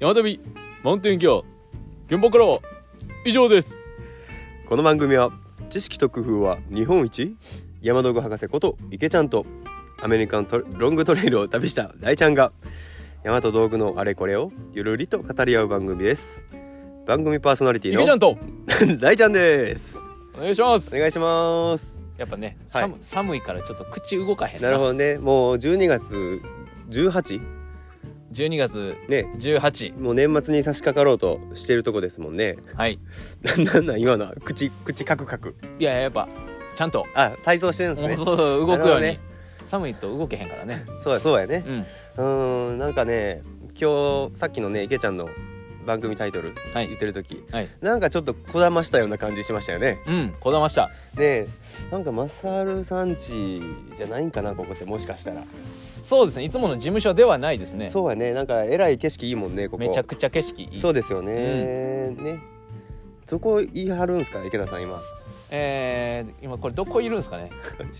山旅マウンテンギア現場からは以上ですこの番組は知識と工夫は日本一山道具博士こと池ちゃんとアメリカのトレロングトレイルを旅した大ちゃんが山と道具のあれこれをゆるりと語り合う番組です番組パーソナリティゆきちゃんのと 大ちゃんですお願いしますお願いしますやっぱね、はい寒寒いからちょっと口動かへんなるほどねもう12月18 12月ね18もう年末に差し掛かろうとしてるとこですもんねはいなんなんなん今のは口口カクカクいやいややっぱちゃんと、あ体操してるんですもうねそうそう動くように、なる寒いと動けへんからねそうやそうやねうんうーんなんかね今日さっきのね池ちゃんの番組タイトルはい言ってる時、はいなんかちょっとこだましたような感じしましたよねうんこだましたねえなんかマサルさんちじゃないんかなここってもしかしたら、そうですねいつもの事務所ではないですねそうやねなんかえらい景色いいもんねここめちゃくちゃ景色いいそうですよね、ねどこ言い張るんですか池田さん今 えー、今これどこいるんですかね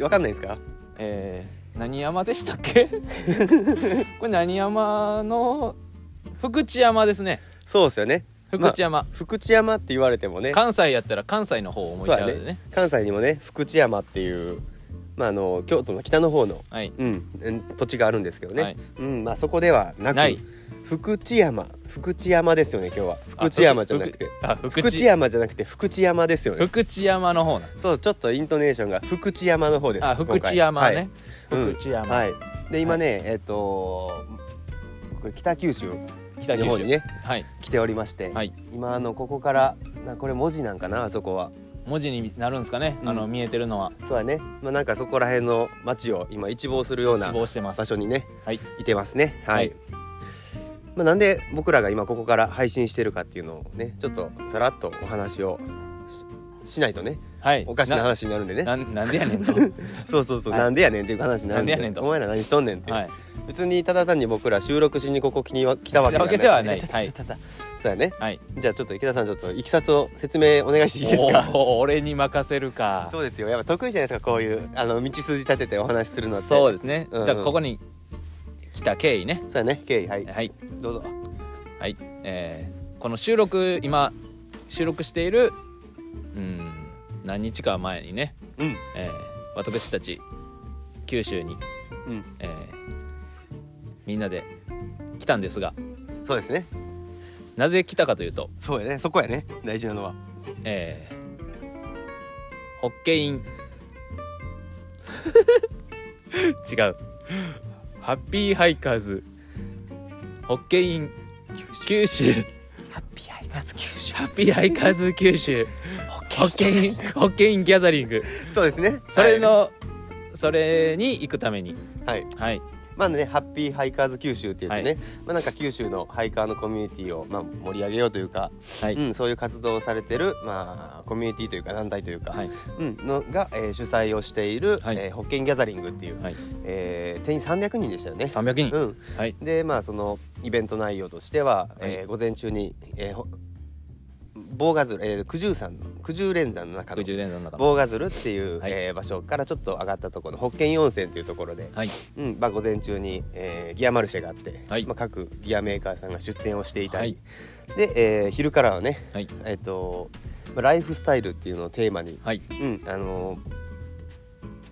わかんないですかえー、何山でしたっ けこれ何山の福知山ですねそうですよね福知山、福知山って言われてもね関西やったら関西の方を思いちゃうよそうねや関西にもね福知山っていうまああの京都の北の方のはいうん、うん土地があるんですけどね、はいうんまあ、そこではなくない福知山福知山ですよね今日は福知山じゃなくてあ福福福知知山じゃなくて福知山ですよね福知山の方なそうちょっとイントネーションが福知山の方ですあ福知山ね、今回はい福知山、はい、はいで今ね、えっ、とこれ北九州北九の州方にねはい来ておりまして、はい今あのここからなこれ文字なんかなあそこは文字になるんですかね、うんあの見えてるのはそうだね、まあ、なんかそこら辺の街を今一望するよう希な望してま場す所にねはいいてますねはい、はいまあ、なんで僕らが今ここから配信してるかっていうのをねちょっとさらっとお話をししないとねはいおかしな話になるんでねななんなんでやねん とそうそうそう、はいなんでやねんっていう話になるなんでやねんとお前ら何しとんねんって、はい別にただ単に僕ら収録しにここ来には来たわけ来たわけではないはいただそうやねはいじゃあちょっと池田さんちょっといきさつを説明お願いしていいですかおー俺に任せるか そうですよやっぱ得意じゃないですかこういうあの道筋立ててお話しするのってそうですすね、うんうんだからここに来た経緯ねそうやね経緯はいはいどうぞはいえーこの収録今収録しているうん何日か前にね、うんえー私たち九州に、うんえーみんなで来たんですがそうですねなぜ来たかというと、そうやねそこやね大事なのはえーホッケ イン違うハッピーハイカーズホッケイン九州ハッピーアイガーズ九州ハッピーハイカーズ九州ホッケインホッケインギャザリングそうですねそれの、それに行くためにはい、はいはいまあねハッピーハイカーズ九州っていうとね、まあなんか九州のハイカーのコミュニティをまあ盛り上げようというか、はいうん、そういう活動をされてるまあコミュニティというか団体というか、はいうんのが、えー主催をしている、はいえー保険ギャザリングっていう、はいえー定員300人でしたよね。 300人、うん、はいでまあそのイベント内容としては、えーはい午前中に、えーほ、棒ガズル、えー、九十山の九十連山の中の60連の中の棒ガズルっていう、はいえー場所からちょっと上がったところの北見温泉というところで、はいうんまあ、午前中に、えーギアマルシェがあって、はいまあ、各ギアメーカーさんが出店をしていたり、で、えー昼からはね、はいえっとまあライフスタイルっていうのをテーマに、はいうんあのー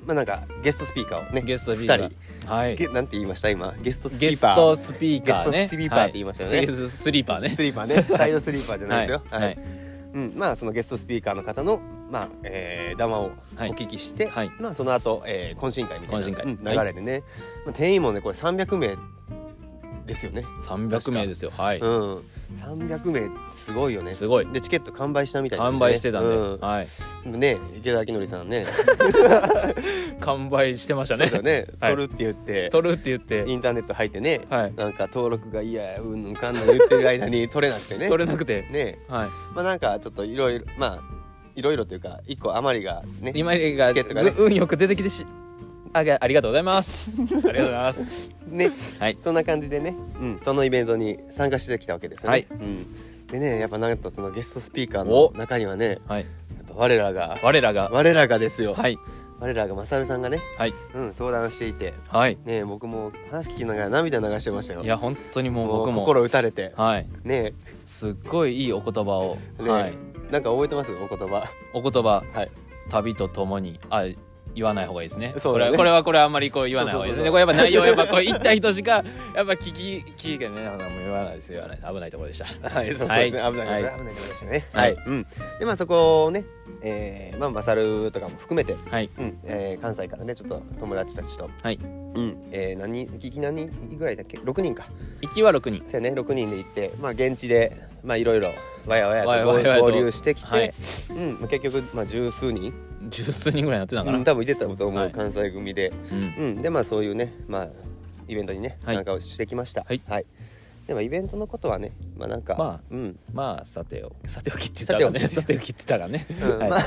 まあ、なんかゲストスピーカーをねゲストスピーカ2ー人はいゲなんて言いました今ゲストスピゲースカートスピーカーねゲストスピーカーって言いましたよねはいゲストスリーパーねスリーパーねサイドスリーパーじゃないですよ、 はいははいいうん、まあそのゲストスピーカーの方の、まあえー、談話をおはい聞きして、はいまあ、その後、えー懇親会みたいな懇親会うんはい流れでね、まあ、定員もねこれ300名ですよね、 300名ですよはい、うん、300名すごいよねすごいでチケット完売したみたいな、完売してたんで、うはいん、ね池田明則さん ね完売してましたそねうだね、はい取るって言って取るって言ってインターネット入ってね、はいなんか登録がいやうんぬんかんぬん言ってる間に 取れなくてね取れなくてねはいまあなんかちょっといろいろまあいろいろというか一個余りがね今がチケットがねぐ運よく出てきてしあがありがとうございます ありがとうございますねはいそんな感じでね、うん、そのイベントに参加してきたわけですよね。はいうん、でねやっぱなんとそのゲストスピーカーの中にはねはいやっぱ我らが我らが我らがですよ、はい我らがマサルさんがね、はいうん、登壇していてはいねえ僕も話聞きながら涙流してましたよいや本当にもう僕も心打たれてはいねすっごいいいお言葉を、えねえ、はいなんか覚えてますお言葉お言葉はい旅とともにあ言わない方がいいですねそうだねこれはこれはこれはあんまりこう言わない方がいいですねそうそうこれやっぱ内容やっぱこれ言った人しかやっぱ聞き聞いてねもう言わないです言わない危ないところでしたはい、そうそうはいですね、危ない、はい危ないところでしたね。ははいい、うん、で、まあ、そこをね、えー、まあ、マサルとかも含めて、はいうん、えー、関西からね、ちょっと友達たちと。はいうん、えー、何人、聞き何人ぐらいだっけ、六人か。行きは6人そうやね、六人で行って、まあ、現地で、まあ、いろいろ。わやわやわやわやとと合流してきて、はいうん、まあ、結局、まあ、十数人、十数人ぐらいになってたのかうな、ん、多分いてたと思う、はい関西組で。うんうん、でまあそういうねまあイベントにねはい参加をしてきましたはいでもイベントのことはねまあなんか、まあうん、まあさてをさておきって言ったらねさておさておききって言ったらね、うんはい まあ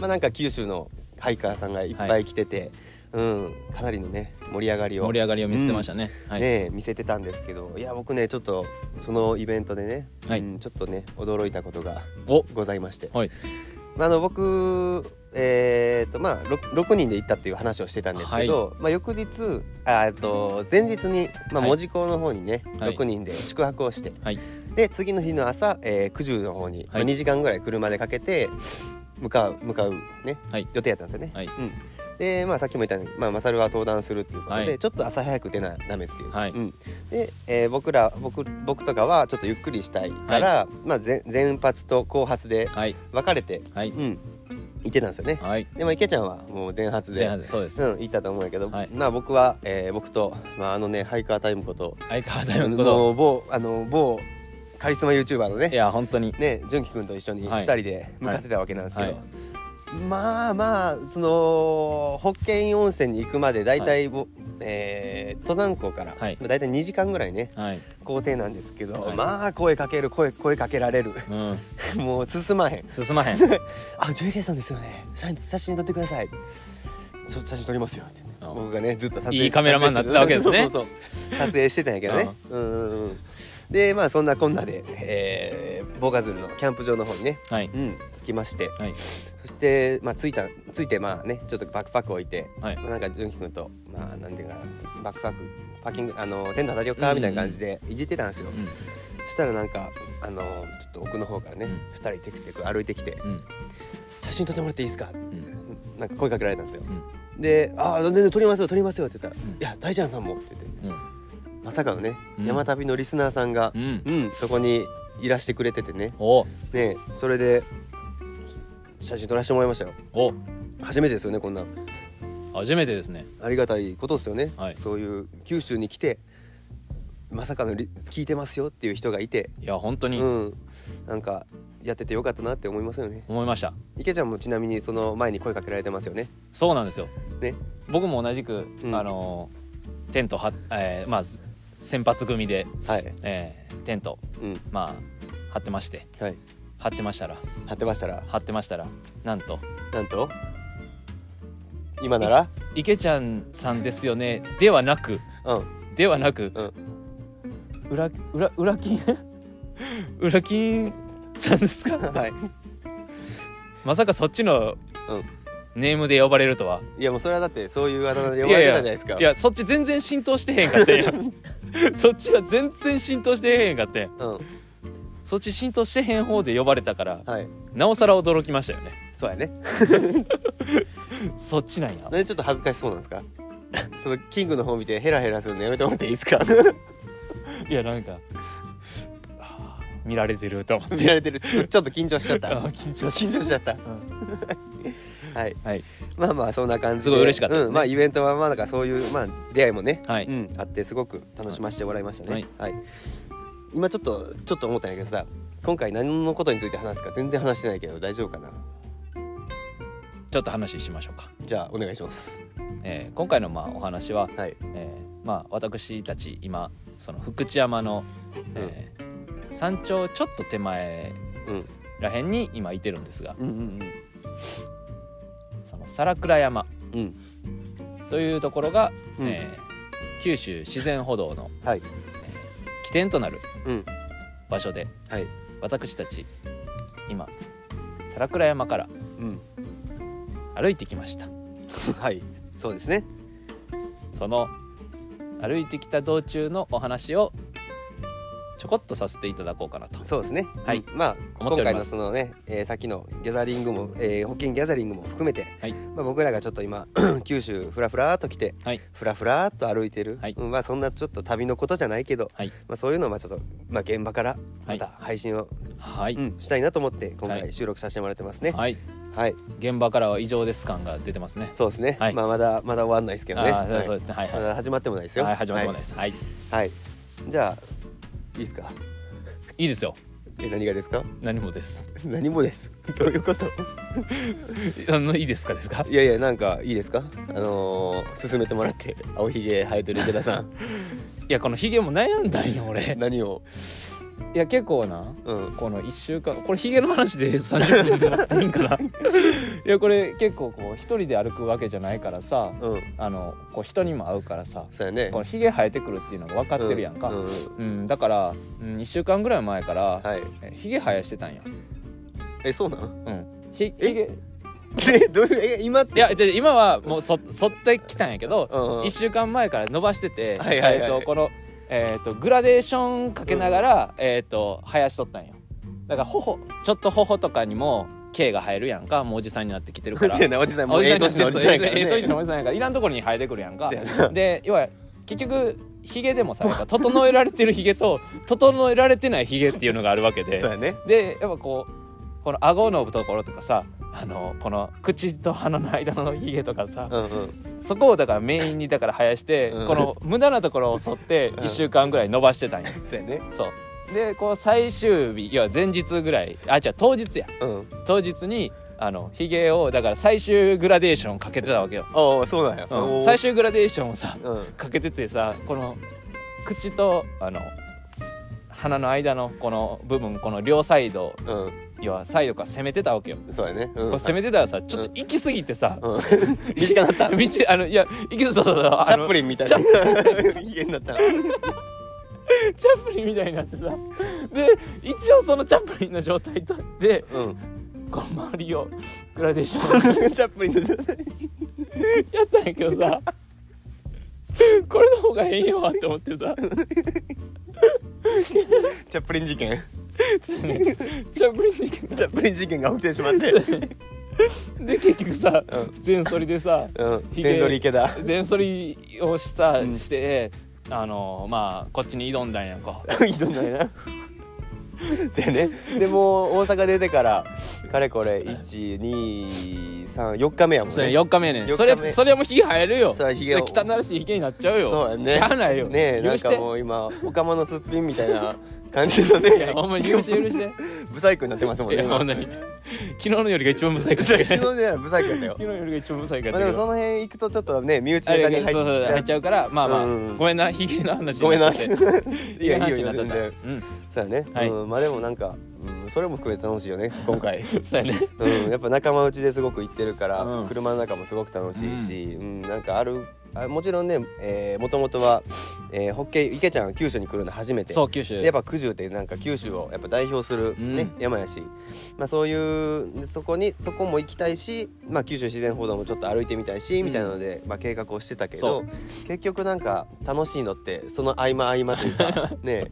まあなんか九州のハイカーさんがいっぱい来てて、うんかなりのね盛り上がりを盛り上がりを見せてましたね、はい、ね見せてたんですけどいや僕ねちょっとそのイベントでね、はいうん、ちょっとね驚いたことがおございまして、はいまあ、あの僕えーとまあ 6, 六人で行ったっていう話をしてたんですけど、まあ、翌日あーえっと前日に、まあ、はい門司港の方にね、はい6人で宿泊をして、はいで次の日の朝、えー、9時の方に、まあはい2時間ぐらい車でかけて向かう向かうね、はい予定やったんですよね。はいうんでまあ、さっきも言ったように、まあ、マサルは登壇するっていうことで、はいちょっと朝早く出なダメっていう、はいうん、で、えー僕ら僕僕とかはちょっとゆっくりしたいから、まあ、前前発と後発ではい分かれて、はいうん、行ってたんですよね。はいでも池ちゃんはもう前発前で半でそうですうん、行ったと思うんやけど、はいまあ僕は、えー僕と、まあ、あのねハイカータイムこと相川大あの のこと某あの某カリスマ YouTuber のいねや本当にね純喜君と一緒には2い人で向かってたわけなんですけど、はいまあまあその北見温泉に行くまで大体も、えー登山口から、はいまあ大体2時間ぐらいねはい行程なんですけど、はいまあ声かける声声かけられる うんもう進まへん進まへん「あジョイケイさんですよね写真写真撮ってください」そ写真撮りますよって言ってあ僕がねずっと撮影いいカメラマンになってたわけですねそうそうそう撮影してたんやけどねうんうんうんでまあそんなこんなで、えー、ボーガズルのキャンプ場の方にね、はいうん、着きましてはいそして、まあ、着いた着いてまあねちょっとバックパック置いて、はいまあ、なんか純喜君とまあなんていうかなバックパックパッキングあのテント叩きよっかみたいな感じでいじってたんですうよ、んそしたらなんかあのちょっと奥の方からね、うん二人テクテク歩いてきてうん「写真撮ってもらっていいですか?」うんなんか声かけられたんですようんで「ああ全然撮りますよ撮りますよ」って言ったら「うんいや大ちゃんさんも」って言ってうんまさかのね、うん山旅のリスナーさんがう、んうんそこにいらしてくれててねおねそれで写真撮らせてもらいましたよお初めてですよねこんな初めてですねありがたいことですよね、はいそういう九州に来てまさかのリ聞いてますよっていう人がいていや本当うにんなんかやっててよかったなって思いますよね思いました池ちゃんもちなみにその前に声かけられてますよねそうなんですよね僕も同じく、うんあのーテントは、えーまあ先発組で、はいえーテントうんまあ張ってましてはい張ってましたら貼ってましたら張ってましたらなんとなんと今なら「池ちゃんさんですよね」ではなくうんではなくうん「裏裏裏金 裏金さんですか?」 はいまさかそっちのうんネームで呼ばれるとは。いやもうそれはだってそういうあだ名で呼ばれてたじゃないですかいやそっち全然浸透してへんかったん やそっちは全然浸透してへんかったんやうんそっち浸透してへん方で呼ばれたからはいなおさら驚きましたよねそうやねそっち なんやなんでちょっと恥ずかしそうなんです かそのキングの方見てヘラヘラするのやめてもらっていいです かいやなんかあー見られてると思っ見らてれてるちょっとちょっと緊張しちゃっあたー緊張し緊張しちゃった、 はい はいまあまあそんな感じですごい嬉しかったですねうんまあイベントはまあなんかそういうまあ出会いもね、はいうん、あってすごく楽しませてもらいましたねははいい、今ちょっとちょっと思ったんやけどさ今回何のことについて話すか全然話してないけど大丈夫かなちょっと話しましょうか、じゃあお願いしますえー今回のまあお話は、はいえーまあ私たち今その福知山の、えー山頂ちょっと手前うんらへんに今いてるんですがうんうんその皿倉山うんうんというところが、うんえー九州自然歩道のはい起点となるうん場所ではい私たち今皿倉山からうん歩いてきましたはいそうですねその歩いてきた道中のお話をちょこっとさせていただこうかなとそうですねはいまあ思ってお今り回まのすそのね、えーさっきのギャザリングも、えー、保険ギャザリングも含めて、はいまあ、僕らがちょっと今 九州ふらふらーっと来て、はいふらふらーっと歩いてる、はいうんまあそんなちょっと旅のことじゃないけど、はいまあ、そういうのをまあちょっと、まあ、現場からはまいた配信を、はい、うん、したいなと思って今は回い収録させてもらってますねはい、はい、現場からは異常です感が出てますねそうですね、はいまあまだまだ終わんないですけどねああはいそうですねはいはまい、だ始まってもないですよはい、始まってもないはですはい、い、はいじゃあいいですかいいですよえ何がですか 何もです何もです どういうことあのいいですかですかいやいやなんかいいですかあのー、進めてもらって青ひげ生えてる池田さんいやこのヒゲも悩んだんよ俺何をいや結構なうんこの1週間これヒゲの話で30分で終わっていいんかな いやこれ結構こう一人で歩くわけじゃないからさうんあのこう人にも会うからさそうやねこのヒゲ生えてくるっていうのが分かってるやんか、ううんうだから、うん、1週間ぐらい前から、はいえヒゲ生やしてたんやえそうなんうんひえヒゲえどういうえ今っいてやじゃ今はもうそ剃ってきたんやけど、うんうん1週間前から伸ばしてて、はいはいはえいー、とこの、えー、とグラデーションかけながら、えー、と生やしとったんよだから頬ちょっと頬とかにも毛が生えるやんかもうおじさんになってきてるからそうやなおじ さんもうええにな年のおじさんやからええええ年ねのおじさんやからいらんところに生えてくるやんかそうやなで要は結局ヒゲでもさやっぱ整えられてるヒゲと整えられてないヒゲっていうのがあるわけでそうやねでやっぱこうこの顎のところとかさあのこの口と鼻の間のヒゲとかさ、うんうんそこをだからメインにだから生やして、うんこの無駄なところを剃ってうん1週間ぐらい伸ばしてたんよ、そうやねそうでこう最終日要は前日ぐらいあじゃあ当日やうん当日にあのヒゲをだから最終グラデーションかけてたわけよ、ああそうなんや、うんおー最終グラデーションをさうんかけててさこの口とあの鼻の間のこの部分この両サイドう要はサイドから攻めてたわけよ、んそうやね、うんこう攻めてたらさちょっと行き過ぎてさ、うん短くな った道あのいや行きそうそうそうチチャップリンみ たいなチヒゲになったチャップリンみたいになってさで一応そのチャップリンの状態とってうんこの周りをグラデーシ ョンチャップリンの状態やったんやけどさこれの方がええんやわって思ってさチャップリン事件チャップリン事件チャップリン事件が起きてしまってで結局さうん全剃りでさうんヒゲ全取 り池田全剃りをしさうんしてあのまあこっちに挑んだんやんかいろんないなそうやねでもう大阪出てからかれこれ1234日目やもんそれね4日目やねん四そ日目れそれもヒゲ生えるよそそれれはヒゲを汚らしいヒゲになっちゃうよそうやねしゃあないよねえな許んしてかもう今おかまのすっぴんみたいな感じのいやねほんまに許して許してブサイクになってますもんいねや、今ほんとに。昨日のよりが一番無才かった。昨昨日ねブサイクやったよ日のよりが一番無才かっまたあけでど。もその辺行くとちょっとね身内あネタれにがそうそう入入っっちちゃゃううから、まあまあ、うんごめんな、ヒゲの話ごめんないヒゲのやいい話よいいになよっちゃっ全た。然そうやね、はいうん、まあでもなんか、うん、それも含めて楽しいよね今回、うん。そうやね。うん、やっぱ仲間内ですごく行ってるから、うん車の中もすごく楽しいし、うんなんかあるあもちろんねもともとは、えー、ホッケー池ちゃんは九州に来るの初めてそう、九州。でやっぱ九州ってなんか九州をやっぱ代表する、ねうん山やし、まあ、そういうそこにそこも行きたいし、まあ、九州自然歩道もちょっと歩いてみたいし、うんみたいなので、まあ、計画をしてたけそどう結局なんか楽しいのってその合間合間というか ね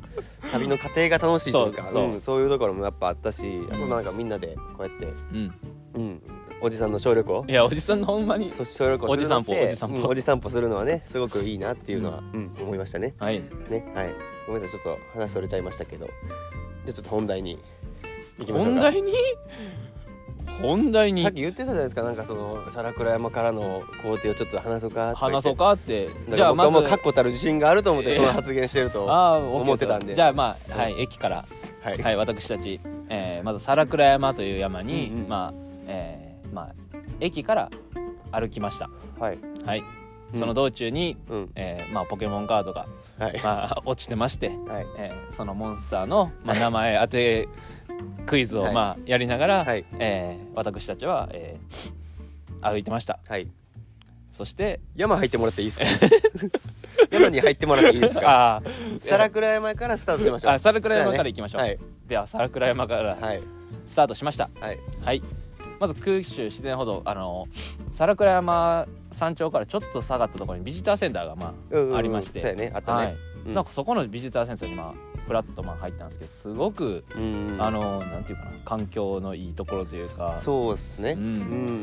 旅の過程が楽しいというかそうそううんそういうところもやっぱあったし、んまあなんかみんなでこうやって、うん。うん、おじさんの小旅行いや、おじさんのほんまに。そ小旅行するのっておじ散歩おじ散歩うんおじ散歩するのはねすごくいいなっていうのは、うん思いましたね。はい。ねはいごめんなさいちょっと話それちゃいましたけどじゃあちょっと本題に行きましょう本か題に本題にさっき言ってたじゃないですかなんかその皿倉山からの工程をちょっと話そうかとか言話ってそうかって。じじゃゃああ、ままずず。も確固たる自信があると思ってええその発言してると、ああ、OK 思ってたんでじゃあ、まあ、はい、駅から。はい、はい、私たち、えーまず皿倉山という山に、うんうんまあ、えーまあ、駅から歩きました。はいはい、うんその道中に、うんえーまあ、ポケモンカードが、はいまあ、 落ちてまして、はいえーそのモンスターの、まあ、名前当てクイズを、はいまあ、やりながら、はいえー私たちは、えー歩いてましたはいそして山入ってもらっていいですか 山に入ってもらっていいです かあ皿倉倉山からスタートしましょうあ皿倉山から行きましょう、はいでは皿倉山からはいスタートしましたはいはいまず九州自然歩道あの皿倉山山頂からちょっと下がったところにビジターセンターがまうんうんうんありましてそうやねああ、ったね、はいうんなんかそこのビジターセンターにまあフラットまあ入ったんですけどすごくうんあのなんていうかな環境のいいところというかそうっすねううん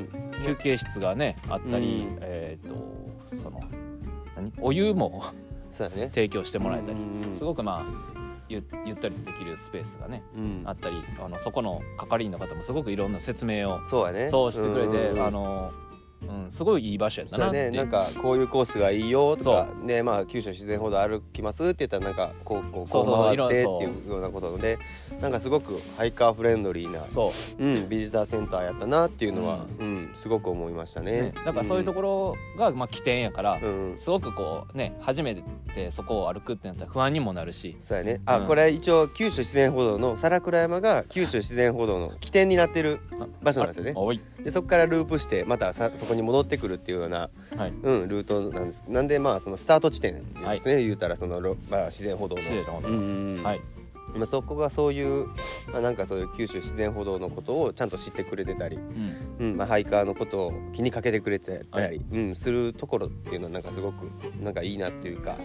ん、休憩室がねあったり、うんえっ、とその何お湯も そうやね提供してもらえたりうんすごくまあゆゆったりとできるスペースがねうんあったりあのそこの係員の方もすごくいろんな説明をそうやねそうしてくれて、うんあの、うん、すごいいい場所やったそうなっやていねうなんかこういうコースがいいよとかねまあ九州自然歩道歩きますって言ったらなんかこうこうそうそうこう回ってっていそううようなことでなんかすごくハイカーフレンドリーな、そうん、ビジターセンターやったなっていうのは、うんすごく思いましたう、ねね、だからそういうところが、まあ、起点やから、ろ、うんすごくこうね初めてそこを歩くってなったら不安にもなるしそうやねあ、うんこれ一応九州自然歩道の皿倉山が九州自然歩道の起点になってる場所なんですよねおい、でそこからループしてまたさそこに戻ってくるっていうような、はいうん、ルートなんですなんでまあそのスタート地点ですね、言うたらその、ろまあ、自然歩道の失礼なことうんうんうんはいまあ、そこがそういう、まあ、なんかそういう九州自然歩道のことをちゃんと知ってくれてたり、うん、うんまあ、ハイカーのことを気にかけてくれてたり、はいうん、するところっていうのはなんかすごくなんかいいなっていうか、はい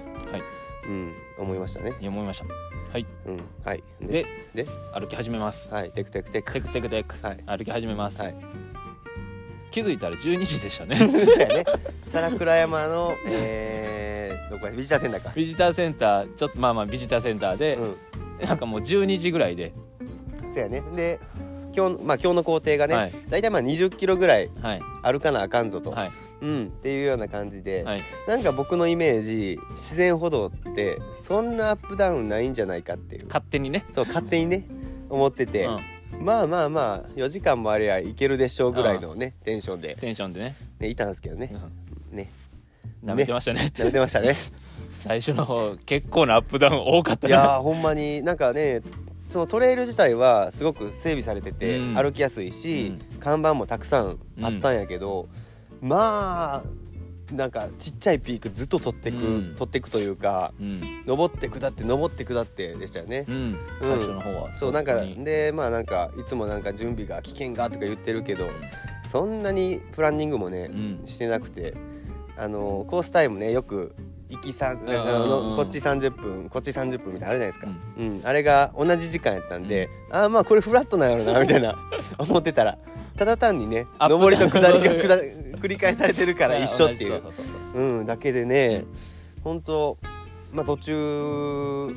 うん、思いましたね。いや思いましたはいうんはい、でで歩き始めますはい、テクテクテク。テクテクテク、はい歩き始めます、はい、気づいたら12時でした ね そうやね。皿倉山の、えー、どこや、ビジターセンターか。ビジターセンターちょっとまあまあビジターセンターでう、ん、なんかもう12時ぐらいで、そうやね。で、今日の、まあ、今日の工程がね、はい大体まあ20キロぐらいはい歩かなあかんぞと、はいうん、っていうような感じで、はいなんか僕のイメージ自然歩道ってそんなアップダウンないんじゃないかっていう勝手にね、そう勝手にね思ってて、うん、まあまあまあ4時間もありゃいけるでしょうぐらいのねテンションで、テンションでね、ね、いたんですけどねうね ん、舐めてましたねやめてましたね最初の方結構なアップダウン多かったいなやーほんまになんかねそのトレイル自体はすごく整備されてて、うん歩きやすいし、看板もたくさんあったんやけど、まあなんかちっちゃいピークずっと取ってく、うん取ってくというかうん、登って下って登って下ってでしたよね。うん、最初の方はそうなんか本当にでまあなんかいつもなんか準備が危険がとか言ってるけどそんなにプランニングもねう、んしてなくてあのコースタイムねよく行きさんんうんうんあのこっち30分こっち30分みたいなのあるじゃないですか、うんあれが同じ時間やったんで、ああまあこれフラットなんやろ なみたいな思ってたらただ単にねアップ上りと下りがそうそう下り繰り返されてるから一緒ってそういそそそううん、だけでね、本当まあ途中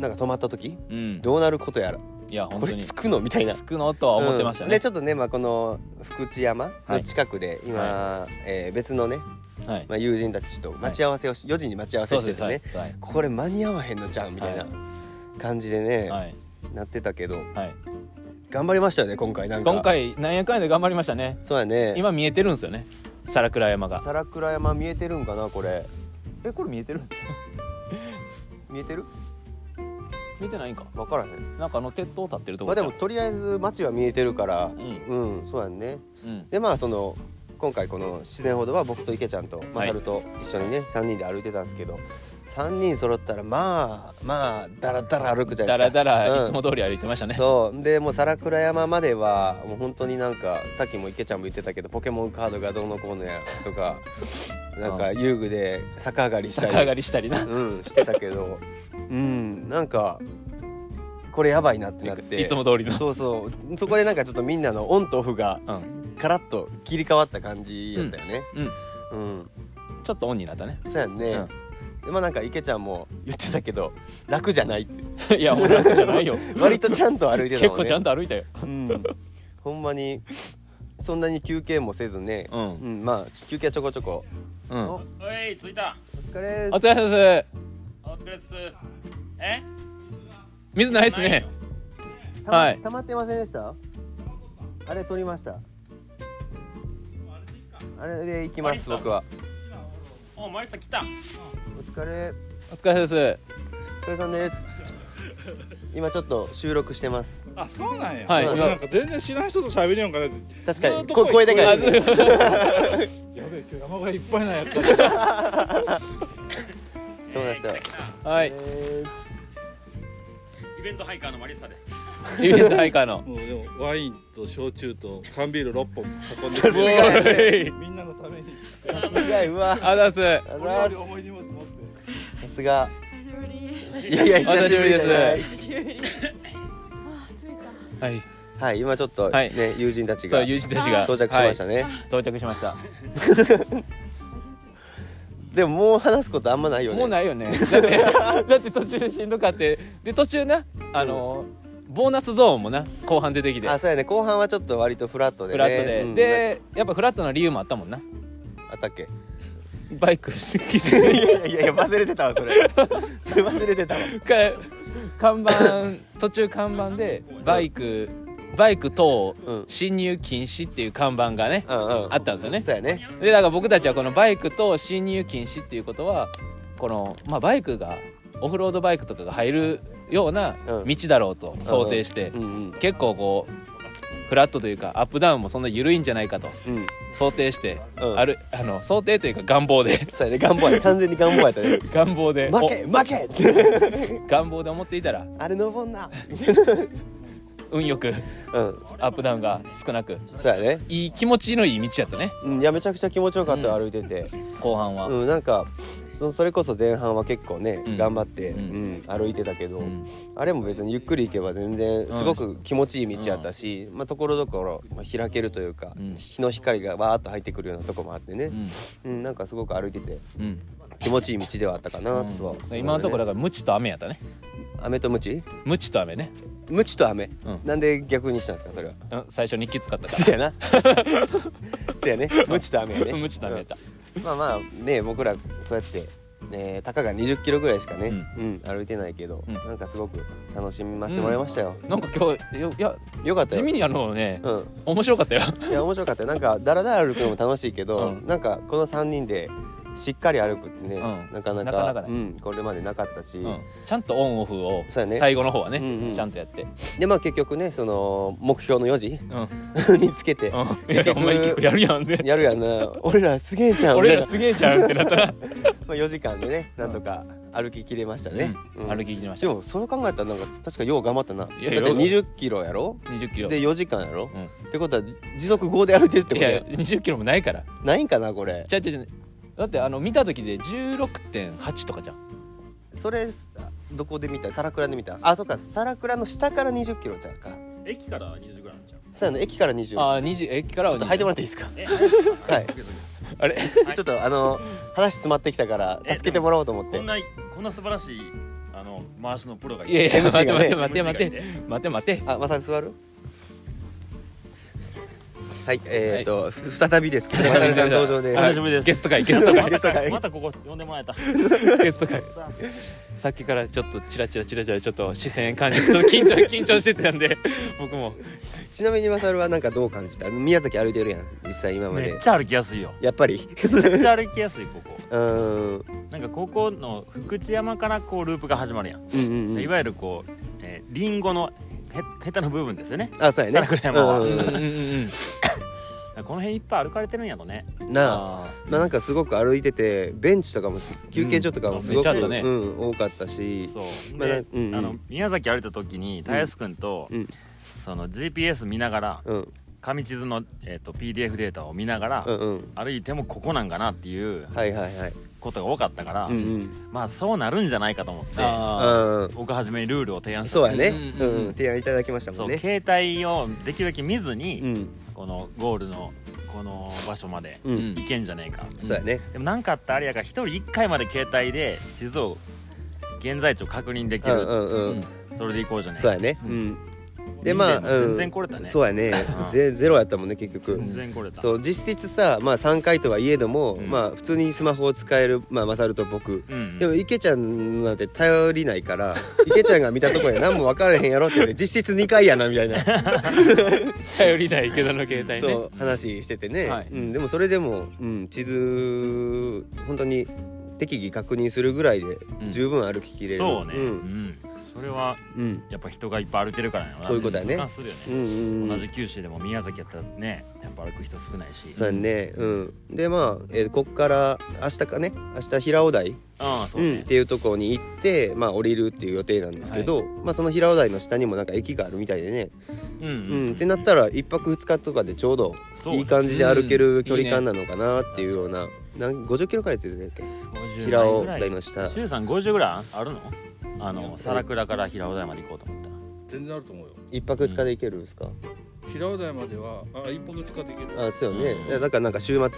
なんか止まった時うんどうなることやらいやこ本れ当につくのみたいな。つくのとは思ってましたうんねで、ちょっとね、まあ、この福知山の近くで今、えー別のね、はいまあ、友人たちと待ち合わせをし、4時に待ち合わせそうしてですてはねいはいこれ間に合わへんのじゃんみたいなは感じでね、はいなってたけどはい頑張りましたよね今回なんか今回なんやかんやで頑張りましたねそうやね今見えてるんですよね皿倉山が皿倉山見えてるんかなこれえこれ見えてる見えてる見えてないんか分からへんなんかあの鉄塔立ってるとまこあちゃでうもとりあえず街は見えてるからうんうん、そうやんねうんでまあその今回この自然歩道は僕と池ちゃんとまはいさると一緒にね、3人で歩いてたんですけど3人揃ったらまあまあだらだら歩くじゃなだいでらすかだらういんつも通り歩いてましたねそうでもう皿倉山まではもう本当になんかさっきも池ちゃんも言ってたけどポケモンカードがどうのこうのや とかなんか遊具で逆上がりしたり逆上がりしたりなうん、してたけどうんなんかこれやばいなってなっていつも通りのそうそうそこでなんかちょっとみんなのオンとオフがうんカラッと切り替わった感じやったよね。うんうん、ちょっとオンになったねそうやんね。うんでまあなんか池ちゃんも言ってたけど楽じゃないって いや、俺楽じゃ ないよ。割とちゃんと歩いてた 結もんね。構ちゃんと歩いたよ。うん、ほんまにそんなに休憩もせずね。うんうん、まあ休憩はちょこちょこ。うん。おおおい着いた疲れ疲れ様です。お疲れっすえ水ないですね。たまはい溜まってませんでした？あれ取りました。あれで行きます僕は。おマリサ来たお疲れ。お疲れ様です。お疲れさんです。今ちょっと収録してます。あそうなんや、はいなんかなんか全然知らない人と喋りよんから確かずーっにとこ声でかいですやね。べえ今日山がいっぱいなんやったらそうなんですよえー来た来はい。えーたイベントハイカーのマリサでイベントハイカーのもうでもワインと焼酎と缶ビール6本運んでさすがやね おいみんなのためにさすがうわあざっすあ俺よざっりす重い荷物持ってさすが久しぶり いやいや久しぶりですね久しぶり あ着いたはいはい今ちょっとね、はい友人たちそがう友人たちが到着しましたね、はい到着しましたでももう話すことあんまないよねもうないよねだって だって途中しんどかってで途中なあのボーナスゾーンもな後半出てきてあそうやね後半はちょっと割とフラットでねフラットで、うんでやっぱフラットな理由もあったもんななあったっけ バイクしいやいやいや忘れてたわそれ それ忘れてたわか看板途中看板でバイクバイク等うん侵入禁止っていう看板がねうんうんあったんですよねそうやねでだから僕たちはこのバイクと侵入禁止っていうことはこの、まあ、バイクがオフロードバイクとかが入るようなうん道だろうと想定して、うんうん結構こうフラットというかアップダウンもそんな緩いんじゃないかとうん想定して、うんあるあの想定というか願望でそうやね願望や完全に願望やっ たね願望で負け負けって お願望で思っていたらあれ登んな運よくうんアップダウンが少なくそうやねいい気持ちのいい道やったねうんいやめちゃくちゃ気持ちよかったよ歩いてて後半は、うんなんかそそれこそ前半は結構ねうん頑張ってううん歩いてたけどうんあれも別にゆっくり行けば全然すごく気持ちいい道やったし、まあ、ところどころ、まあ、開けるというか、うん日の光がわーっと入ってくるようなとこもあってねう、んうんなんかすごく歩いててうん気持ちいい道ではあったかなとは、うん今のところだから無知と雨やったね雨とムチ無知と雨ね、ムチと雨、うんなんで逆にしたんですかそれはうん、最初にきつかったかせやな せやねムチと雨 やねら無知と雨やった、うん まあまあね僕らそうやって、ね、たかが2 0キロぐらいしかね、うん歩いてないけど、うんなんかすごく楽しみましてもらいましたよ、なんか今日よいやよかった地よ味にあのね、うん面白かったよいや面白かったよなんかだらだら歩くのも楽しいけうど、んなんかこの3人でしっかり歩くってね、うんなかなかなかなかないうん、これまでなかったし、うん、ちゃんとオンオフをそうやね最後の方はねうんうんちゃんとやって、でまあ結局ねその目標の4時 うんうん、につけて、 いやお前結構やるやんで、やるやんな俺らすげえじゃん俺みらたいすげえじゃんってなったら、なまあ4時間でねなんとか歩ききれました ね、うんうん歩き行きましでたもそれ考えたらなんか確かよう頑張ったないやだってよう20キロやろ20キロで4時間やろ、うんってことはじ時速5で歩いてるっていこやとや20キロもないからないんかなこれちゃうちゃうちゃうだってあの見た時で16.8とかじゃんそれあどこで見た皿倉で見たあそっか皿倉の下から2 0キロちゃうか駅から20ぐらいなんちゃうそうやね駅から20ちょあ20駅からっと入ってもらっていいですか えはいあれは いちょっとあの話詰まってきたからえ助けてもらおうと思ってこんなこんな素晴らしいあの回しのプロがいいやいや MC 待ってが待って待っね て待ってて待って待ってあまさき座るはいえっとふ再びですけどまさきさん登場ではすい久しぶりですゲスト会ゲスト会ゲスト会またここ呼んでもらえたゲスト会 さっきからちょっとチラチラチラチラちょっと視線感じちょっと緊張 緊張してたんで僕もちなみにまさるはなんかどう感じた宮崎歩いてるやん実際今まめでっちゃ歩きやすいよやっぱりめっちゃ歩きやすいここうーんなんかここの福知山からこうループが始まるやん、うんうんういんわゆるこう、えー、リンゴのへヘタの部分ですよねあそうやね皿倉山はううんんううんんうんうんこの辺いっぱい歩かれてるんやろねうんなああまあ、なんかすごく歩いててベンチとかもす休憩所とかもすごく、うんめっうちゃあったねん多かったしそうまあなで、うんうんあの宮崎歩いた時にたやすくんと、うんその GPS 見ながらうん紙地図の、えー、と PDF データを見ながら、うんうん歩いてもここなんかなっていうはいはいはいことが多かったから、うんうんまあそうなるんじゃないかと思っーてああ僕はじめにルールを提案ーしたそうやねうんううんんうん、うん提案いただきましたもそんうね携帯をできるだけ見ずに、うんこのゴールのこの場所までうん、うん行けんじゃねえか、そうやねでも何かあったらあれやから1人1回まで携帯で地図を現在地を確認できうんる、うんうーん、それで行こうじゃねえそうかやねううんんでまあ、人間うん、全然来れたねそうやねんゼゼロやったもんね結局全然これたそう実質さまあ3回とはいえども、うんまあ普通にスマホを使えるまあマサルと僕うんうんでも池ちゃんなんて頼りないから 池ちゃんが見たとこや何も分からへんやろって言って実質2回やなみた いな頼りない池田の携帯ねそう話しててね、はいうん、でもそれでも、うん、地図本当に適宜確認するぐらいでん十分歩ききれる、そうね、ううんんそれはうんやっぱ人がいっぱい歩いてるからやろなそういうことやね実感するよねうんうんう同んじ九州でも宮崎やったらねやっぱ歩く人少ないしそうやんねうんでまあ、えーこっから明日かね明日平尾台ああそううね、ん、っていうところに行って、まあ、降りるっていう予定なんですけど、まあ、その平尾台の下にもなんか駅があるみたいでね、うんううんんってなったら1泊2日とかでちょうどそういい感じで歩ける距離感なのかなっていうような,、なん50キロくらいって言ってたっけ50平枚尾ぐら台いの下周さん50ぐらいあるのあの皿倉から平尾台まで行こうと思ったら全然あると思うよ1泊2日で行けるんですか、平尾台まではあ一泊使っていけるあそうよね、うんだからなんか週末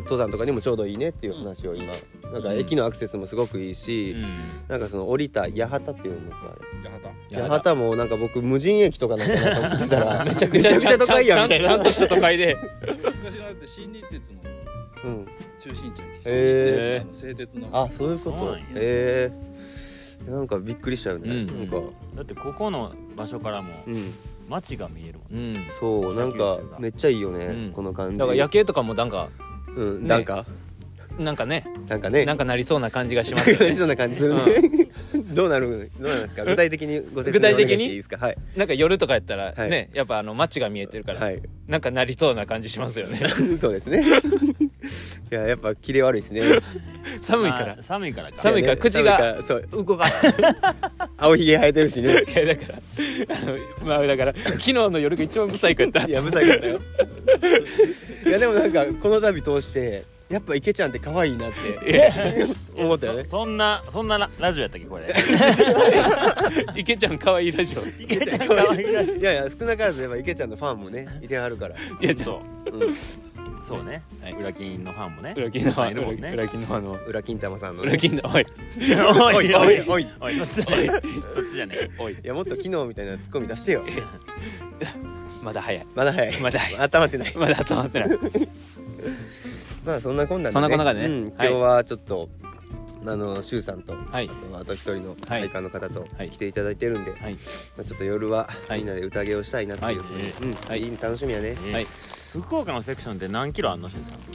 登山とかにもちょうどいいねっていう話を今なんか駅のアクセスもすごくいいし、うんなんかその降りた八幡っていうんですかあれ八幡八幡もなんか僕無人駅とかなんかなと思ってたらめちゃくちゃめ都会やみたいなちゃんとした都会で昔のだって新日鉄のうん中心地やけへーあの製鉄のあそういうこそうとなんやえー、なんかびっくりしたよね、うんなんかだってここの場所からもうん街が見えるもんねうんそうなんかめっちゃいいよね、うんこの感じだから夜景とかもなんかうん、ねなんかなんかねなんかねなんかかなりそうな感じがしますよ感ね じな感じするね、 どうなるどうなんですか具体的にご説具明体お願的にいしていいですかはいなんか夜とかやったらね、はいやっぱあの街が見えてるから、はいなんかなりそうな感じしますよね そうですねいややっぱキレ悪いですね寒いからまあ寒いからか 寒いからね口が寒いからそう動かない青ひげ生えてる しねだからあのまあだから昨日の夜が一番ブサイクやったいやぶさいかったよ いやでもなんかこの度通してやっぱ池ちゃんって可愛 いなっていや 思ったよ ねそそんなそんなララジオやったっけ これ池ちゃん可愛いラジオい池ちゃん可愛いラジ いやいや少なからずやっぱ池ちゃんのファンもねいてはるからオやちょっそうそうね、はい裏金のファンもねと裏金のいるもんね裏金のあの裏金玉さんのね、裏金のおいおいおおいおいいいおいそっちじゃねえそっちじゃねえおいやもっと機能みたいなツッコミ出してよまだ早いまだ早いまだ早い温まってないまだ止まってないまあそんなこんなんで、そね、んなこんなでねうん、今は日いはちょっと、あのシュウさんと、はいあとあと一人のはい会館の方とはい来ていただいてるんで、はいまあ、ちょっと夜ははいみんなで宴をしたいなっていう、はいうんはいい、い楽しみやねはい福岡のセクションって何キロあんのしんさん関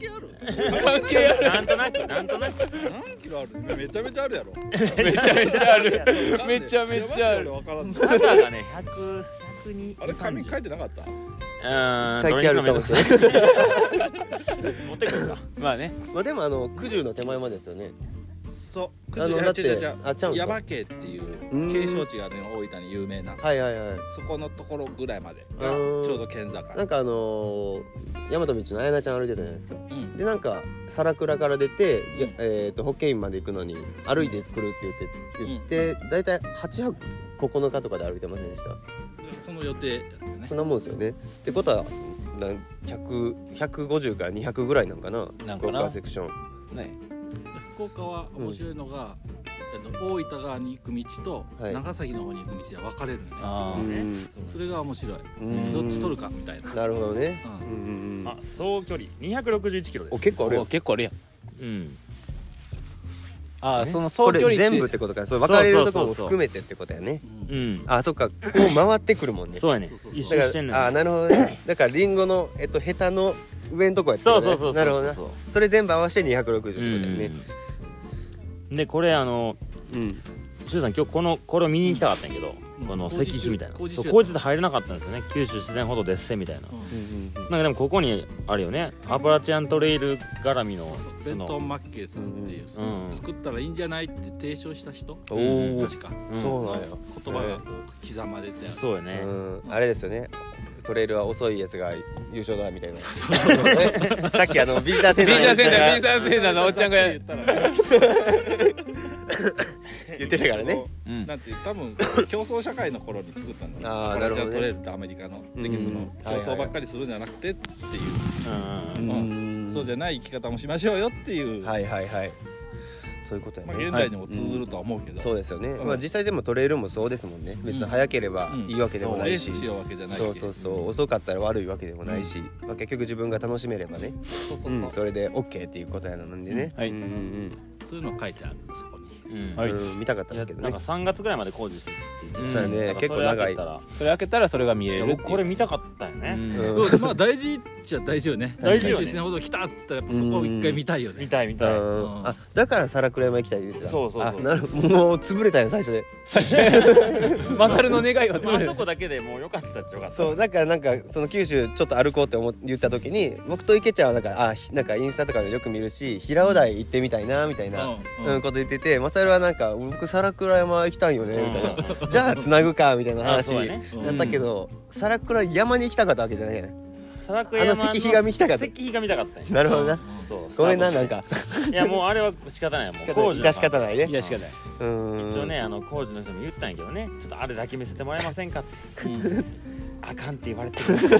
係ある関係あるなんとなくなんとなく何キロあるめちゃめちゃあるやろめちゃめちゃある めちゃめちゃあいるやマジで俺分からんぞバザーがね100 102あれ紙に書いいてなかった書いてあるかもしれない持ってくるかまあね まあでもあの九十の手前までですよねそうあのいやだって違う違うあちゃうん違うすか耶馬渓っていう景勝地がね大分に有名なはいはいはいそこのところぐらいまんでがちょうど県境なんかあのー、大和道のあやなちゃん歩いてたじゃないですかうんでなんか皿倉から出て、やうんえー、と保健院まで行くのに歩いてくるって言って言って、大体8泊9日とかで歩いてませんでしたその予定やったよねそんなもんですよねってことはなん100 150から200ぐらいなんかななん福かな岡セクションね福岡は面白いのが、えっと大分側に行く道とはい長崎の方に行く道は分かれるね、あーんそれが面白いうんどっち取るかみたいななるほどねううんんうんうんあ総距離261キロでおす結構あるおよ結構あるやんうんああそのこ総距離れって全部ってことかそれ分かれるところも含めてってことやねうんうんあそっかこう回ってくるもんねそうやねそうそうそう一だ周かしてんねんらあーなるほどねだからリンゴのえっとヘタの上のとこやってそうるねそうそうそうなるほどなそうそうそれ全部合わせて260ってことうだよねんでこれあのうん周さん今日このこれを見に行きたかったんやけど、うんこの石碑みたいな工事中そう工事で入れなかったんですよね九州自然歩道デッセみたいな、うんなんかでもここにあるよねアパラチアントレイル絡みのそうベそントのン・マッケイさんっていう、うんうん作ったらいいんじゃないって提唱した人おうんお確かうんそうなんや言葉がこう刻まれてあるそうよね、うんあれですよねトレイルは遅いやつが優勝だみたいな さっきあのビジターセンタビーーチャーセンタービーのやチャーセンターの おっちゃんがざっくり言ったらねつが言ってたからねあのうんなんていう多分競争社会の頃に作ったんだあーなるほどねアパレルチャートレールってアメリカのうんでそのはいはい競争ばっかりするんじゃなくてっていうう、んんうんそうじゃない生き方もしましょうよっていう、はいはいはいそういうことやまあ、ね現代にも通ずるとは思うけど、そうですよねうんまあ実際でもトレイルもそうですもんね別に早ければいいわけでもなレーいスししようわけじゃないけそどうそうそう遅かったら悪いわけでもないし、まあ、結局自分が楽しめればね、そうそうそううん、それで OK っていうことやなのでね、はいうんうんうんそういうの書いてあるそこに、うんはいうん見たかったいんだやけどなんねか3月ぐらいまで工事してるって言ってそうやねなんか結構長いそれ開けたらそれ開けたらそれが見いれやるっていう僕これ見たかったよね、うんうんうんまあ大事っちゃ大事よ ね大事よね回収しないほど来たって言ったらやっぱそこを一回見たいよね見たい見たい、うんあだから皿倉山行きたい言うてたそうそうそうあなるもう潰れたんや最初で最初 マサルの願いはまあ、潰あれそこだけでもう良かったっちゃよかったそうだからなんかその九州ちょっと歩こうって思っ言った時に僕と池ちゃんはなんかあひなんかインスタとかでよく見るし平尾台行ってみたいなみたいな、ううんんうんこと言っててマサルはなんか僕皿倉山行きたいよねうん みたいな、じゃあつなぐかみたいなあ話そうやねだったけど、皿倉山に行きたかったわけじゃないやん 砂漠山あの石碑が見たかった石碑が見たかったんやなるほどなそうごめんなスタなんートしかていやもうあれは仕方ないも仕う方ない工事だ致かしら方ないねいやしかないうん一応ねあの工事の人も言ったんやけどねちょっとあれだけ見せてもらえませんかって、あかんって言われて るすい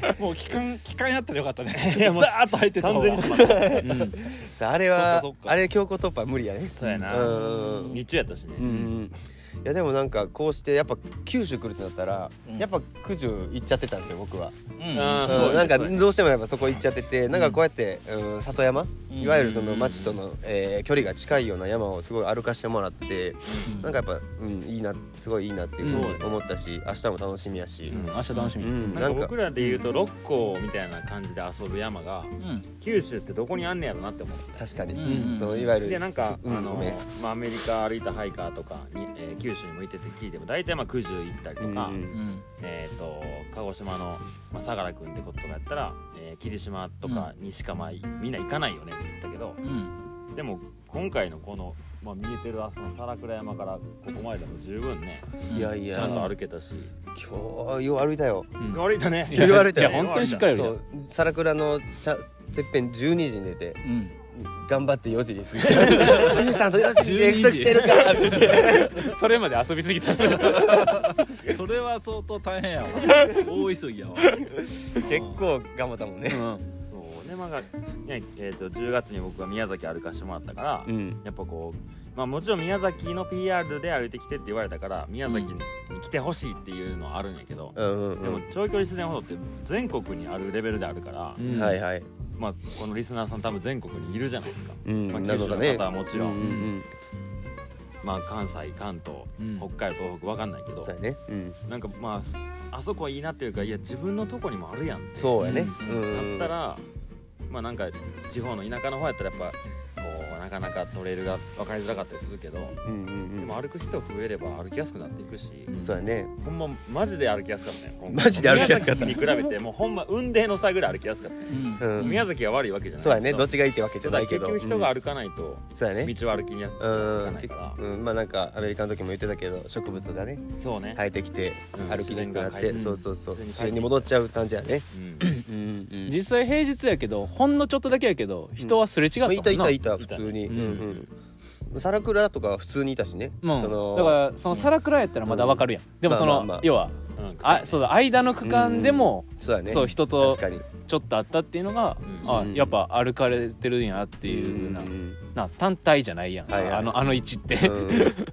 まもう期間期間やったらよかったねせんいやもうダーッと入ってった方完が全にすまんうんさああれはそっかそっかあれ強行突破無理やねそうやな、うん日中やったしね、うんいやでもなんかこうしてやっぱ九州来るってなったら、うんやっぱ九州行っちゃってたんですよ僕は、うんあーそううんやねなんかそうやねどうしてもやっぱそこ行っちゃってて、なんかこうやって、うん、里山、うんいわゆるその町との、えー距離が近いような山をすごい歩かしてもらって、うんなんかやっぱ、うん、いいなすごいいいなっていうふうに思ったし、明日も楽しみやし、うん明日楽しうんみ、ななんんかか僕らで言うと六甲みたいな感じで遊ぶ山がうん九州ってどこにあんねやろなって思っ確かに、うんそのいわゆてるでなんか、うんあのごめんまあ、アメリカ歩いたハイカーとかに、えー九州に向いてって聞いても大体まあ九州行ったりとか、うんうんえー、と鹿児島の、まあ、相良君ってこととかやったら、えー霧島とかにしかまあみんな行かないよねって言ったけどうんでも今回のこの、まあ、見えてるあその皿倉山からここまででも十分ねいやいちやゃんと歩けたし今日よう歩いたようん歩いたねいや歩いたよいや本当にしっかり歩いたそう皿倉のちゃてっぺん12時に出てうん頑張って4時に 過ぎた清水さんと4時に約束してるからって言ってそれまで遊びすぎたんですよ それは相当大変やわ大急ぎやわ結構頑張ったもんねそうでまあが、ねえー、と10月に僕は宮崎歩かしてもらったから、うんやっぱこう、まあ、もちろん宮崎の PR で歩いてきてって言われたから宮崎に来てほしいっていうのはあるんやけど、うんうんでも長距離自然歩道って全国にあるレベルであるから、うんはいはいまあ、このリスナーさん多分全国にいるじゃないですか、うんまあ、な九の州かのね方はもちろん、うんうんまあ、関西関東、うん北海道東北分かんないけうんどそうやねうんなんかまああそこはいいなっていうかいや自分のとこにもあるやんってそうやねうだんったらまあなんか地方の田舎の方やったらやっぱこうなかなかトレイルが分かりづらかったりするけど、うんうんでうんも歩く人増えれば歩きやすくなっていくし、そうやねほんまマジで歩きやすかったよ今回マジで歩きやすかった 宮崎に比べてもうほんま運泥の差ぐらい歩きやすかった、うん宮崎が悪いわけじゃないそうやねどっちちがいいってわけじたゃなだいけ結ど局人が歩かないとうんそうやね道を歩きやすくうならんないから、うんまあなんかアメリカの時も言ってたけど植物がねそうね、生えてきてうん歩きにくくなっ自然が帰っててそうそうそう自自然然に帰ってに戻っちゃう感じやねうん、うんうん実際平日やけどほんのちょっとだけやけど人はすれ違ったもんな、まあいたいたいたい普たね通にううんんうんサラクラとかは普通にいたしねうん、そのだからその皿くらいやったらまだわかるやん、でもその、まあまあまあ要はうんあそうだ間の区間でも、そうやねそう人と確かにっちょっとあったっていうのが、うんあうんやっぱ歩かれてるんやなってていうふうな,、な単体じゃないやん、はいはいあのあの位置って、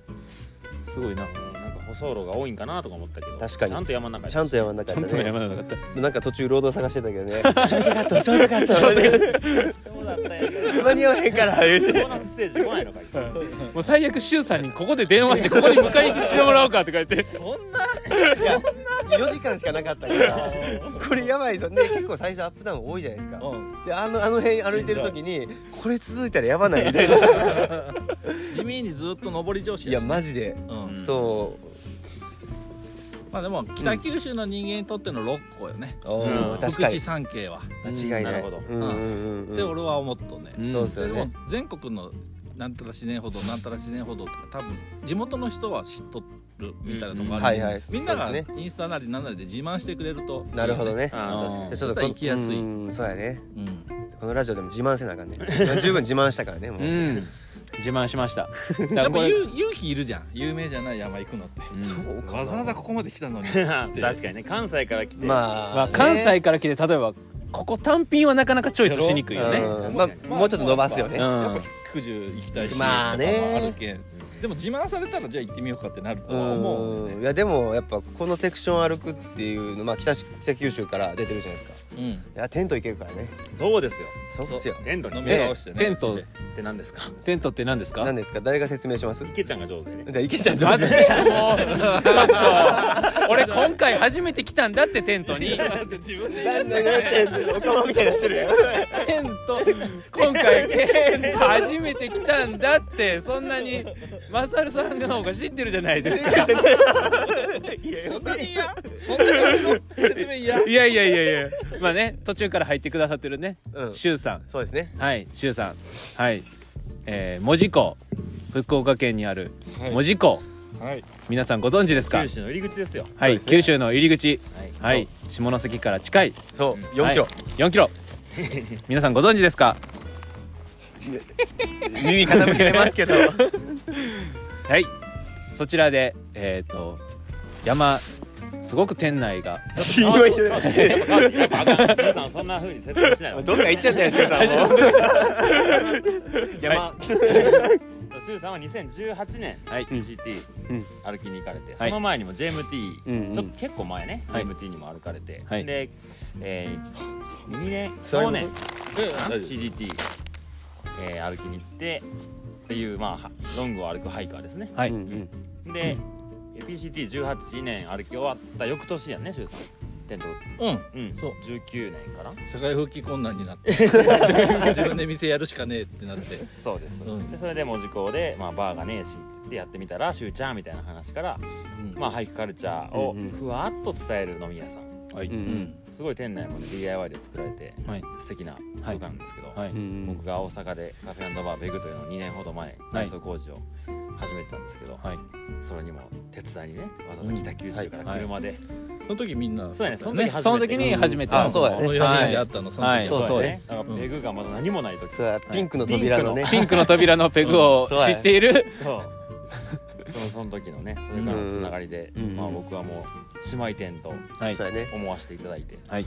すごいななんか舗装路が多いんかなとか思ったけど確かにちゃんと山の中にちゃんと山の中ちゃんとで山ねなかった、なんか途中ロード探してたけどねショートカットショートカットショートカッそうだったよ ト間に合わへんから言うボてーナスステージ来ないのかいもう最悪柊さんにここで電話してここに迎えに来てもらおうかとか言っていや4時間しかなかったからこれやばいぞね結構最初アップダウン多いじゃないですかうんであのあの辺歩いてる時にこれ続いたらやばないみたいな地味にずっと上り調子いややしマジでうんそまあでも北九州の人間にとっての六甲よねうおうんー確福か地に三景は間違いななるいほどうんうんうんうんって俺は思っとねうんそうですでよもね全国のなんたら自然歩道なんたら自然歩道とか多分地元の人は知っとるみたいなとこある、はいはいみんなそがうですインスタなりなんなりで自慢してくれるとなるほどねあー確かうにんじゃあそしたらこ行きやすいうんそうやねうんこのラジオでも自慢せなあかんね十分自慢したからねもう、うん自慢しま したやだっぱ勇勇気いるじゃん有名じゃない山行くのってそうかなわざわざここまで来たのに 確かにね関西から来て、まあ、まあ、関西から来て例えばここ単品はなかなかチョイスしにくいよねうんまあもうちょっと伸ばすよねうんやっぱ九十行きたいし、まあねとかもあるけんうんでも自慢されたらじゃあ行ってみようかってなるとは思う、うんいやでもやっぱこのセクション歩くっていうのまあ北し北九州から出てるじゃないですかうん、いやテント行けるからねそうですよそうですよテントに飲みね直してねテントって何ですかテントって何ですか何ですか誰が説明しますじ池ちゃんが上手でねゃあ池ちゃんどうマぞジでもうちょっと 俺今回初めて来たんだってテントに 自分で何で おかまみたいになってるよテント今回テント初めて来たんだってそんなにマサルさんの方が知ってるじゃないです かそんなに嫌そんなに説明嫌いやいやいやいやまあね途中から入ってくださってるねうんシュウさんそうですねはいシュウさんはいえー門司港福岡県にあるはい門司港はい皆さんご存知ですか九州の入り口ですよはい、そうですね九州の入り口はいはい下関から近いそう4キロは4キロ 皆さんご存知ですか耳傾けてますけどはいそちらでえっ、と山すごく店内がしんどいやっぱ変わってやっぱあかん皆さんそんな風に説明しないわどっか行っちゃったよしゅうさんも 山シュウさんは2018年はい PCT うん歩きに行かれて、はいその前にも JMT、うんうんちょっと結構前ね、はい JMT にも歩かれて、はいで、え2年座り去ます年 CDT、えー歩きに行ってっていうまあはロングを歩くハイカーですねはい、うんうんで、PCT18 年歩き終わった翌年やんねシュウさんテントうんうんそう19年かな社会復帰困難になって自分で店やるしかねえってなってそうです、うんでそれで門司港で、まあ、バーがねえしってやってみたらシュウちゃんみたいな話から、うんまあ、ハイクカルチャーをうんうんふわっと伝える飲み屋さんはい、ううんんすごい店内もね DIY で作られてはい素敵な空間なんですけど、はいうん僕が大阪でカフェバーベグというのを2年ほど前はい内装工事を始めたんですけど、はいそれにも手伝いにねわざわざ北九州から車で、その時みんなそうやねその時初めてその時に初めてあそうやこねの休みであったのその時はいそうですねだからベグがまだ何もない時、そうやピンクの扉のねピンクの扉のペグをうんそう知やっているそうそのその時のねそれからのつながりで、うんまあ、僕はもう姉妹店とはいそうやね思わせていただいて、はい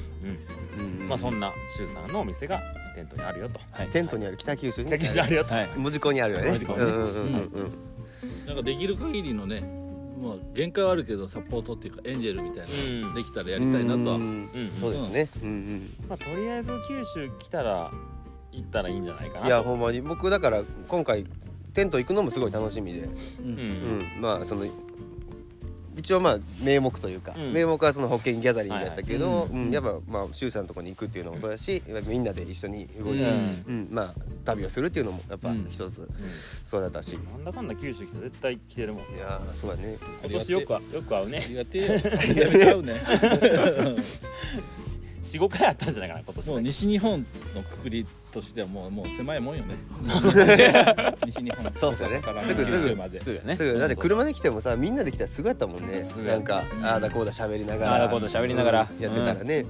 うんうんうんまあ、そんな柊さんのお店がテントにあるよとはいテントにある北九州に北九州あるよと、はい門司港にあるよね門司港ねうんうんうんうんなんかできる限りのねまあ限界はあるけどサポートっていうかエンジェルみたいうんなできたらやりたいなとはうんうんそうですねうんまあ、とりあえず九州来たら行ったらいいんじゃないかうなんいやほんまに僕だから今回テント行くのもすごい楽しみでううんんうんまあその一応まあ名目というかうん名目はその保険ギャザリングやったけはいどはいうんやっぱまあ周さんのとこに行くっていうのもそうだしやっぱみんなで一緒に動いてうんうんまあ旅をするっていうのもやっぱうん一つうそうだったしんなんだかんだ九州来たら絶対来てるもんいやーそうだねあ今りが年てよくはよく会うあねりがてえよめちゃめちゃ合うね 45回あったんじゃないかな今年もう西日本のくくりとしてはもうもう狭いもんよね西日本そうっすよねからすぐすぐ九州まですぐねすぐだって車で来てもさみんなで来たらすぐやったもんねすぐやなっんたかああだこうだ喋りながらああだこうだ喋りながらうんやってたらね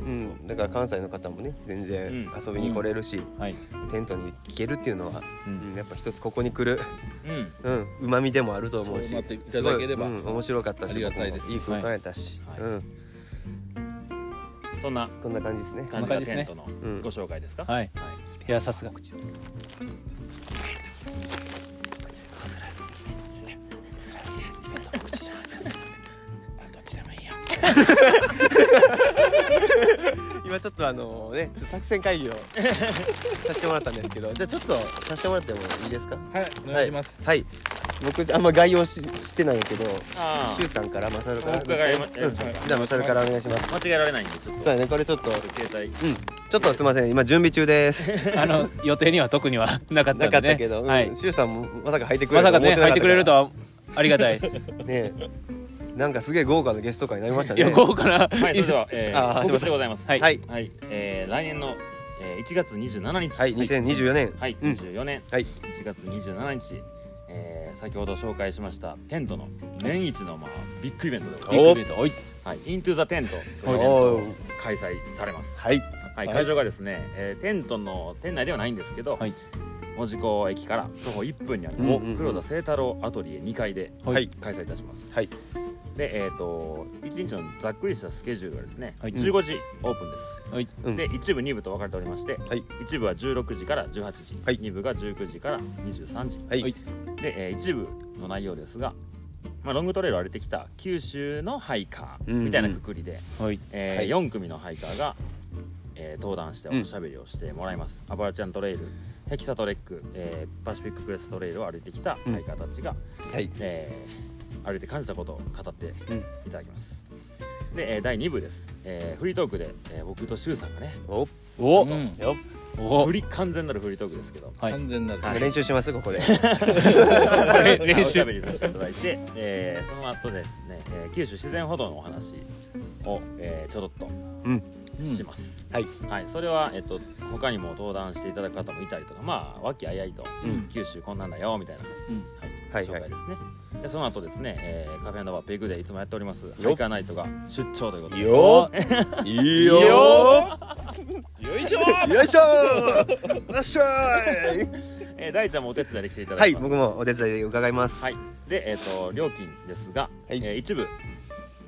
うんうん、だから関西の方もね全然うん遊びに来れるし、はいテントに行けるっていうのは、ううんんやっぱ一つここに来るうんうま、みでもあると思うしそう思っていただければすごいうん、面白かったしありがたいです僕もいい空間やったし、はいうん、そんなこんな感じですね、感じがテントのうんご、紹介ですか、はいいやさすが 今ちょっとあのねちょっと作戦会議をさせてもらったんですけどじゃあちょっとさせてもらってもいいですかはいお願いしますはい僕あんま概要ししてないんやけどあシュウさんからマサルから僕からやりまうんやりまじゃあマサルからお願いします間違えられないんでちょっとそうやねこれちょっと携帯うん、ちょっとすみません今準備中ですあの予定には特にはなかったんで、ね、なかったけど、はういん、シュウさんもまさか入ってくれまるさとか思っねてな入っかったてかくれらるとはありが たいねえなんかすげえ豪華なゲスト会になりましたいねや豪華な、はいそれでは、えあー、ー告知でございますはいはいはい、えー、来年の、えー、1月27日はい2024年はい、うん24年、はい1月27日、えー、先ほど紹介しましたテントの年一の、まあ、ビッグイベントでございビッおグイベントおいます、はい、イントゥザテントというイベントおをー開催されます、はいはい、はい会場がですね、えー、テントの店内ではないんですけど、はい門司港駅から徒歩1分にある、うんうんうん黒田清太郎アトリエ2階ではいはい開催いたします、はいでえっ、と1日のざっくりしたスケジュールがですね、はい15時オープンです、はいうんで1部2部と分かれておりまして、はい一部は16時から18時、はい2部が19時から23時、はいはいでで、えー一部の内容ですが、まあ、ロングトレイルを歩いてきた九州のハイカーみたいなくくりで、はいえはい4組のハイカーが、えー登壇してうんおしゃべりをしてもらいます、アバラチアントレイルヘキサトレック、えーパシフィッククレストレイルを歩いてきたハイカーたちが、はいえー歩いて感じたことを語ってうんいただきます、で、えー第2部です、えーフリートークで、えー僕とシュウさんがねおお、うんよおフリ完全なるフリートークですけどはい完全なる、はい練習しますここでれ練習おしゃべりさせていただいて、えーその後ですね、えー九州自然歩道のお話を、えーちょろっとします、うんはい、それは、えっと他にも登壇していただく方もいたりとかまあ和気あいあいと、うん九州こんなんだよみたいな、はいはいはい紹介ですねでその後ですね、えーカフェバーペグでいつもやっておりますよハイカーナイトが出張ということでよいいよよいしょ、よいしょーよっしゃーいえー、大ちゃんもお手伝いで来ていただはいきます僕もお手伝いで伺いますはいで、えー、と料金ですが、はいえー一部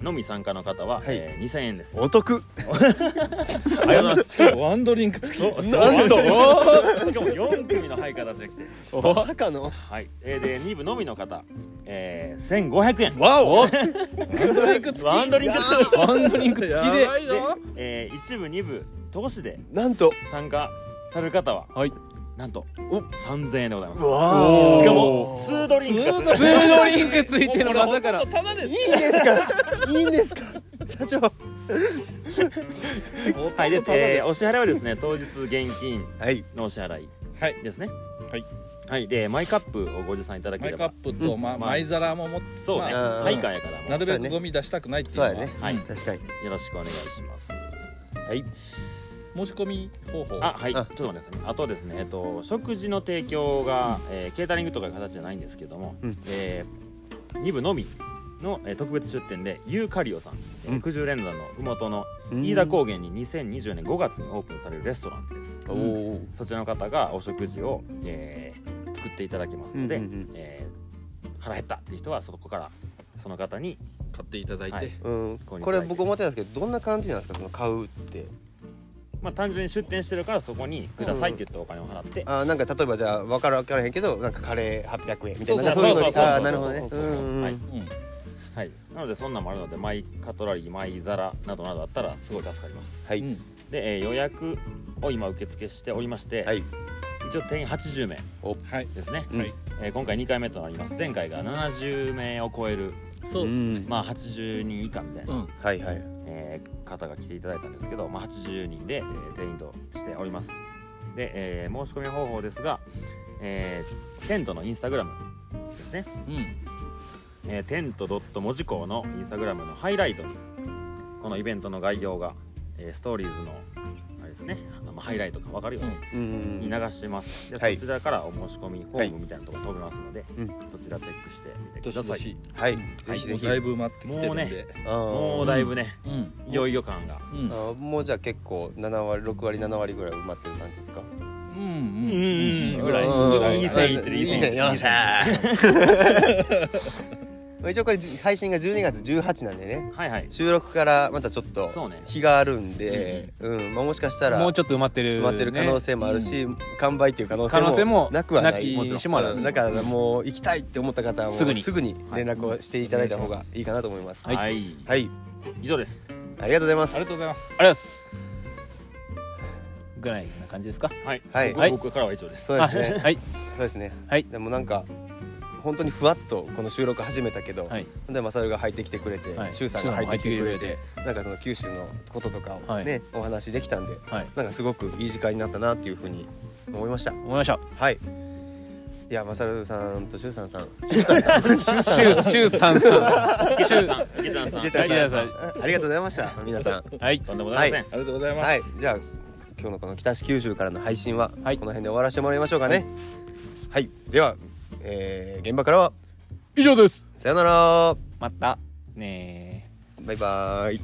のみ参加の方は、いえー2000円ですお得ありがとうございます。ワンドリンク付きなんとしかも4組の配下たちが来て、まさかのはい、えーで2部のみの方、えー、1500円わおワンドリンク付きワンドリンク付きワンドリンク付きでやばいでぞ、えー、1部2部投資でなんと参加される方は、はいなんとお3000円でございますわしかもツードリンクがついてツードリンクついてるまさかもらうこれほんとただでいいすんですかいいんですか社長はいで、えーお支払いはですね当日現金はいのお支払いはいですねはい、はい、でマイカップをご持参いただけマれイカッばプと、まあ、まあマイ皿も持ってそうね、まあハイカーやからもなるべそうくねゴミ出したくないっていうそうのやは、ねはい確かにうよろしくお願いしますはい申し込み方法あはいちょあっと待ってくださいねあとですねえっと食事の提供が、えーケータリングとかいう形じゃないんですけども、うんえ2部のみの、えー特別出店でユーカリオさん、えーうん九十連山のふもとのうん飯田高原に2020年5月にオープンされるレストランですおおそちらの方がお食事を、えー作っていただきますので、うんうんうんえー腹減ったっていう人はそこからその方に買っていただいて、はいうん、これ僕思ってたんですけどどんな感じなんですかその買うってまあ単純に出店してるからそこにくださいって言ってお金を払って、あーなんか例えばじゃあ分から分からへんけどなんかカレー800円みたいななんかそそうういうそうのにそうそうああーなるほどねそううそうそうそうんうはいんうんはい、なのでそんなんもあるのでマイカトラリーマイ皿などなどあったらすごい助かりますはういんで、えー予約を今受付しておりまして、はい一応定員80名はいですね、はいえー今回2回目となります前回が70名を超える、そううですんまあ、80人以下みたいな、うんはいはいえー方が来ていただいたんですけど、まあ、80人で、えー定員としておりますで、えー申し込み方法ですが、えーテントのインスタグラムですねうんえー、テントドット文字工のインスタグラムのハイライトにこのイベントの概要が、えーストーリーズのあれですねあのハイライトか分かるよね、うに流んしてますで、はいそちらからお申し込みフォームみたいなところ飛べますので、うんそちらチェックしてみてどくださしどいしはいはぜいひぜもうひだいぶ待ってきてるんもうであーもうだいぶね、うんいよいよ感がうんあーもうじゃあ結構7割6割7割ぐらい埋まってる感じですかうんうんうんうんぐらうんうんいいい線いってるいいいい線よっしゃ一応これじ配信が12月18なんでねはいはい収録からまたちょっとそうね日があるんでうんまあもしかしたらもうちょっと埋まってる、埋ね、まってる可能性もあるし、完売っていう可能可能性性ももなくはなないきもちろんしもあらずだからもう行きたいって思った方はもうすぐにすぐに連絡をしていただいた方がいいかなと思いますは、はいい以上ですありがとうございますありがとうございますありがとうございますぐらいな感じですかはい、はい僕はい僕からは以上ですそうですねはいそうですねはいでもなんか本当にふわっとこの収録始めたけど、はいでマサルが入ってきてくれて、はいシュウさんが入ってきてくれてシュウさんも入ってなんかその九州のこととかをね、はいお話できたんではいなんかすごくいい時間になったなっていうふうに思いました思いましたはいいやマサルさんとシュウさんさんシューシューさんさ池ちゃんさん池ちゃんさん池ちゃんんさんあありがとうございました皆さんんはいとんでもございません、ありがとうございます、はいじゃあ今日のこの北九州からの配信はこのはい辺で終わらせてもらいましょうかねはい、では、えー現場からは以上ですさよならまたねーバイバーイ